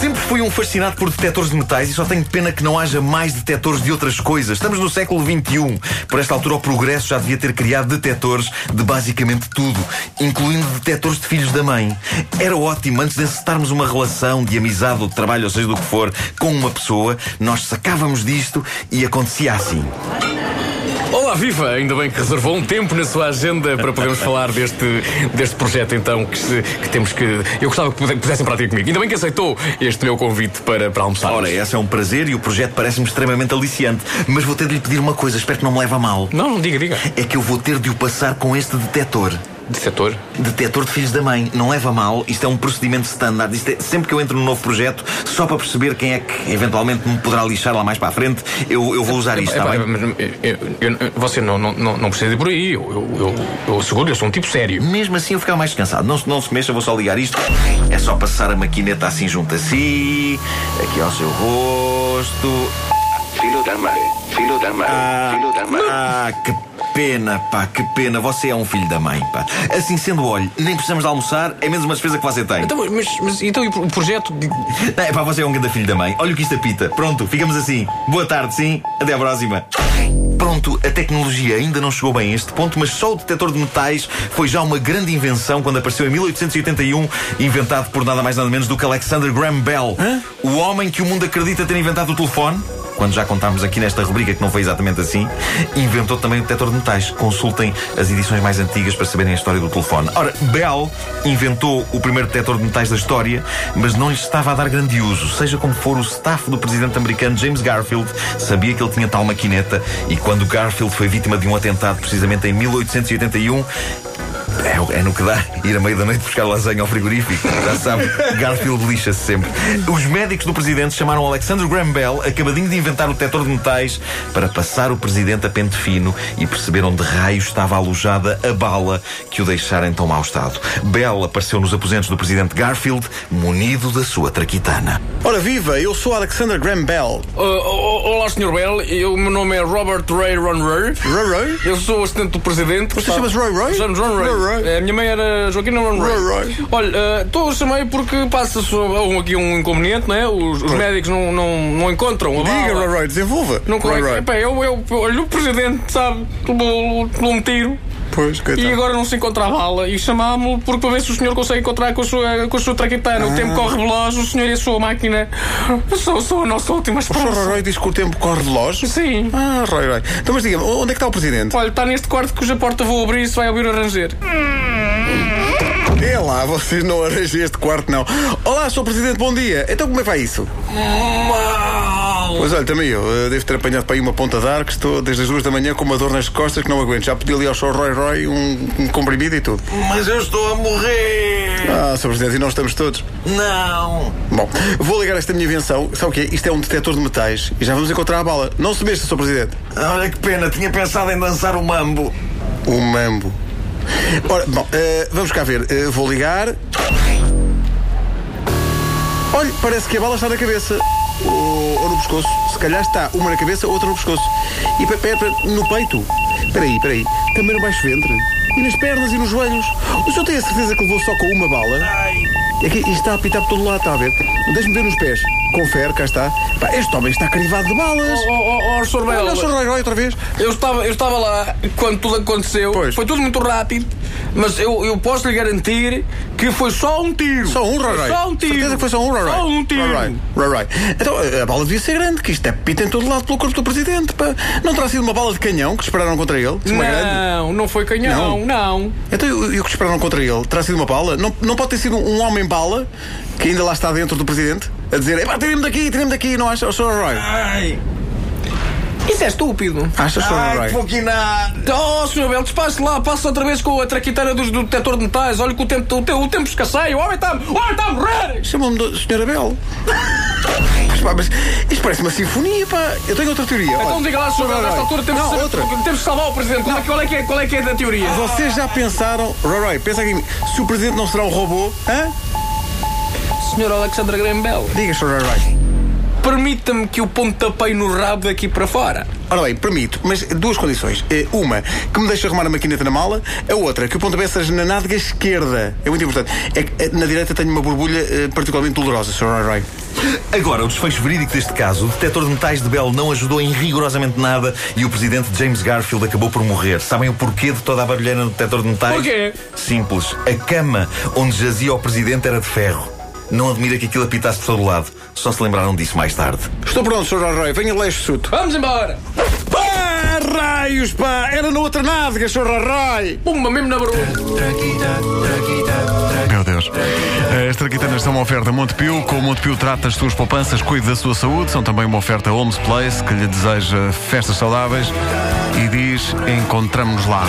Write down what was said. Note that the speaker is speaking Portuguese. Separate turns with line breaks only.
Sempre fui um fascinado por detectores de metais e só tenho pena que não haja mais detectores de outras coisas. Estamos no século XXI. Por esta altura, o progresso já devia ter criado detectores de basicamente tudo, incluindo detectores de filhos da mãe. Era ótimo, antes de encetarmos uma relação de amizade ou de trabalho, ou seja do que for, com uma pessoa, nós sacávamos disto e acontecia assim.
Olá, viva! Ainda bem que reservou um tempo na sua agenda para podermos falar deste, deste projeto, então, que, se- que temos que. Eu gostava que pude- pusessem prática comigo. Ainda bem que aceitou este meu convite para, para almoçar.
Ora, esse é um prazer e o projeto parece-me extremamente aliciante. Mas vou ter de lhe pedir uma coisa, espero que não me leve a mal.
Não, não diga, diga.
É que eu vou ter de o passar com este detector.
De setor.
Detetor de filhos da mãe, não leva a mal, isto é um procedimento standard. Isto é, sempre que eu entro num novo projeto, só para perceber quem é que eventualmente me poderá lixar lá mais para a frente, eu, eu vou usar isto, está bem?
Epá, É mas, eu- eu- eu- você não, não, não, não precisa ir por aí. Eu, eu, eu, eu seguro, eu sou um tipo sério.
Mesmo assim eu ficava mais descansado. Não, se- não se mexa, vou só ligar isto. É só passar a maquineta assim junto a si, aqui ao seu rosto.
Filo da madre, filo da madre, filo da madre.
Ah, que pena, pá, que pena. Você é um filho da mãe, pá. Assim sendo, olhe, nem precisamos de almoçar, é menos uma despesa que você tem.
Então, mas, mas então e o projeto. de-
Não, é para você é um grande filho da mãe. Olha o que isto apita. Pronto, ficamos assim. Boa tarde, sim. Até à próxima. Pronto, a tecnologia ainda não chegou bem a este ponto, mas só o detector de metais foi já uma grande invenção quando apareceu em 1881, inventado por nada mais nada menos do que Alexander Graham Bell, o homem que o mundo acredita ter inventado o telefone. Quando já contámos aqui nesta rubrica que não foi exatamente assim, inventou também o detector de metais. Consultem as edições mais antigas para saberem a história do telefone. Ora, Bell inventou o primeiro detector de metais da história, mas não lhe estava a dar grande uso. Seja como for, o staff do presidente americano James Garfield sabia que ele tinha tal maquineta e quando Garfield foi vítima de um atentado, precisamente em 1881, é, o- é no que dá ir à meia da noite buscar lasanha ao frigorífico. Já sabe, Garfield lixa-se sempre. Os médicos do presidente chamaram Alexander Graham Bell, acabadinho de inventar o detector de metais, para passar o presidente a pente fino e perceber onde raio estava alojada a bala que o deixara em tão mau estado. Bell apareceu nos aposentos do presidente Garfield, munido da sua traquitana.
Ora viva, eu sou Alexander Graham Bell.
Ah, o- olá, Sr. Bell. Eu, o meu nome é Robert Ray Ronrer.
Roy Roy?
Eu sou assistente do presidente.
Você chama-se Roy Roy?
John John Ray.
Roy Roy.
É, A minha mãe era Joaquina Ron Ray.
Roy Roy.
Olha, eh, estou a chamei porque passa-se um- aqui um inconveniente, não é? Os, os médicos não, não, não encontram a
Diga, Roy
bala.
Roy, desenvolva.
Não
Roy
corre.
Roy.
Epá, eu, eu, eu- olha, o presidente, sabe, levou levou um tiro
Pois,
e
coitado.
agora não se encontra a bala. E chamámo-lo porque para ver se o senhor consegue encontrar com a sua, com a sua traquitana. O tempo
Ah.
corre veloz, o senhor e a sua máquina são, são a nossa última
O senhor Roy
esperança.
Roy diz que o tempo corre de longe.
Sim.
Ah, Roy Roy. Então, mas diga-me, onde é que está o presidente?
Olha, está neste quarto cuja porta vou abrir e se vai ouvir o ranger.
É lá, vocês não arranjam este quarto, não. Olá, sou o presidente, bom dia. Então, como é que vai isso?
Mal!
Pois olha, também eu eh, devo ter apanhado para aí uma ponta de ar que estou desde as duas da manhã com uma dor nas costas que não aguento. Já pedi ali ao senhor Roy Roy um, um comprimido e tudo.
Mas eu estou a morrer!
Ah, senhor presidente, e nós estamos todos.
Não!
Bom, vou ligar esta minha invenção. Sabe o quê? Isto é um detector de metais e já vamos encontrar a bala. Não se mexa, senhor presidente.
Olha que pena, tinha pensado em dançar o mambo.
O Um mambo. Ora, bom, eh, vamos cá ver. Eh, vou ligar. Olha, parece que a bala está na cabeça. Ou, ou no pescoço. Se calhar está uma na cabeça, outra no pescoço. E pe- pe- pe- no peito. Espera aí, espera aí. Também no baixo ventre. E nas pernas e nos joelhos. O senhor tem a certeza que levou só com uma bala? É que isto está a apitar por todo lado, está a ver? Deixa-me ver nos pés. Confere, cá está. Pá, este homem está carivado de balas.
Oh, oh, oh, Sr. Bell.
Olha o senhor Roy Roy outra vez.
Eu estava, eu estava lá quando tudo aconteceu.
Pois.
Foi tudo muito rápido. Mas eu, eu posso lhe garantir que foi só um tiro.
Só um Rorai.
Só um tiro.
Certeza que foi só um Rorai.
Só um tiro.
Rorai. Rorai. Então a- a bala devia ser grande, que isto é pita em todo lado pelo corpo do presidente. pá. Não terá sido uma bala de canhão que dispararam contra ele? é Uma grande?
Não, não foi canhão, não.
Então e o que dispararam contra ele? Terá sido uma bala? Não, não pode ter sido um homem-bala que ainda lá está dentro do presidente a dizer: "Epá, tirem-me daqui, tirem-me daqui, não acha? O senhor Roy.
Ai!
Isso é estúpido.
Achas, senhor
Ai,
Roy?
que
Ah,
pouquinar!
Oh, Sr. Bel, despache lá, passa outra vez com a traquitana do, do detector de metais. Olha que o tempo, o, te- o tempo escasseia. O homem está o homem está a morrer.
Chamam-me do Sr. Abel. Mas, pá, mas isto parece uma sinfonia, pá. Eu tenho outra teoria.
Então
Olha,
diga lá, Sr.
Roy
Bel,
Roy.
nesta altura temos,
não,
de,
outra.
temos de salvar o presidente. Como é que- Qual é, que é, qual é que é da teoria?
Vocês já pensaram, Roy Roy, pensa aqui, em mim. se o presidente não será um robô, hã?
Senhor Alexandre Graham Bell.
Diga, Sr. Jorge Reich.
Permita-me que o pontapei no rabo daqui para fora.
Ora bem, permito, mas duas condições. Eh, Uma, que me deixe arrumar a maquineta na mala. A outra, que o pontapé seja na nádega esquerda. É muito importante. É que eh, na direita tenho uma borbulha eh, particularmente dolorosa, Sr. Jorge Reich.
Agora, o desfecho verídico deste caso, o detector de metais de Bell não ajudou em rigorosamente nada e o presidente James Garfield acabou por morrer. Sabem o porquê de toda a barulheira no detector de metais?
Porquê?
Simples. A cama onde jazia o presidente era de ferro. Não admira que aquilo apitasse por todo o lado. Só se lembraram disso mais tarde.
Estou pronto, Sr. Jorge Reich. Venha lá este suto.
Vamos embora!
Pá, raios, pá! Era na outra nádega, Sr. Jorge Reich.
Uma mesmo na barulho!
Meu Deus. Eh, As traquitanas são uma oferta Montepio. Com o Montepio trata as suas poupanças, cuide da sua saúde. São também uma oferta Homes Place, que lhe deseja festas saudáveis e diz: encontramos-nos lá.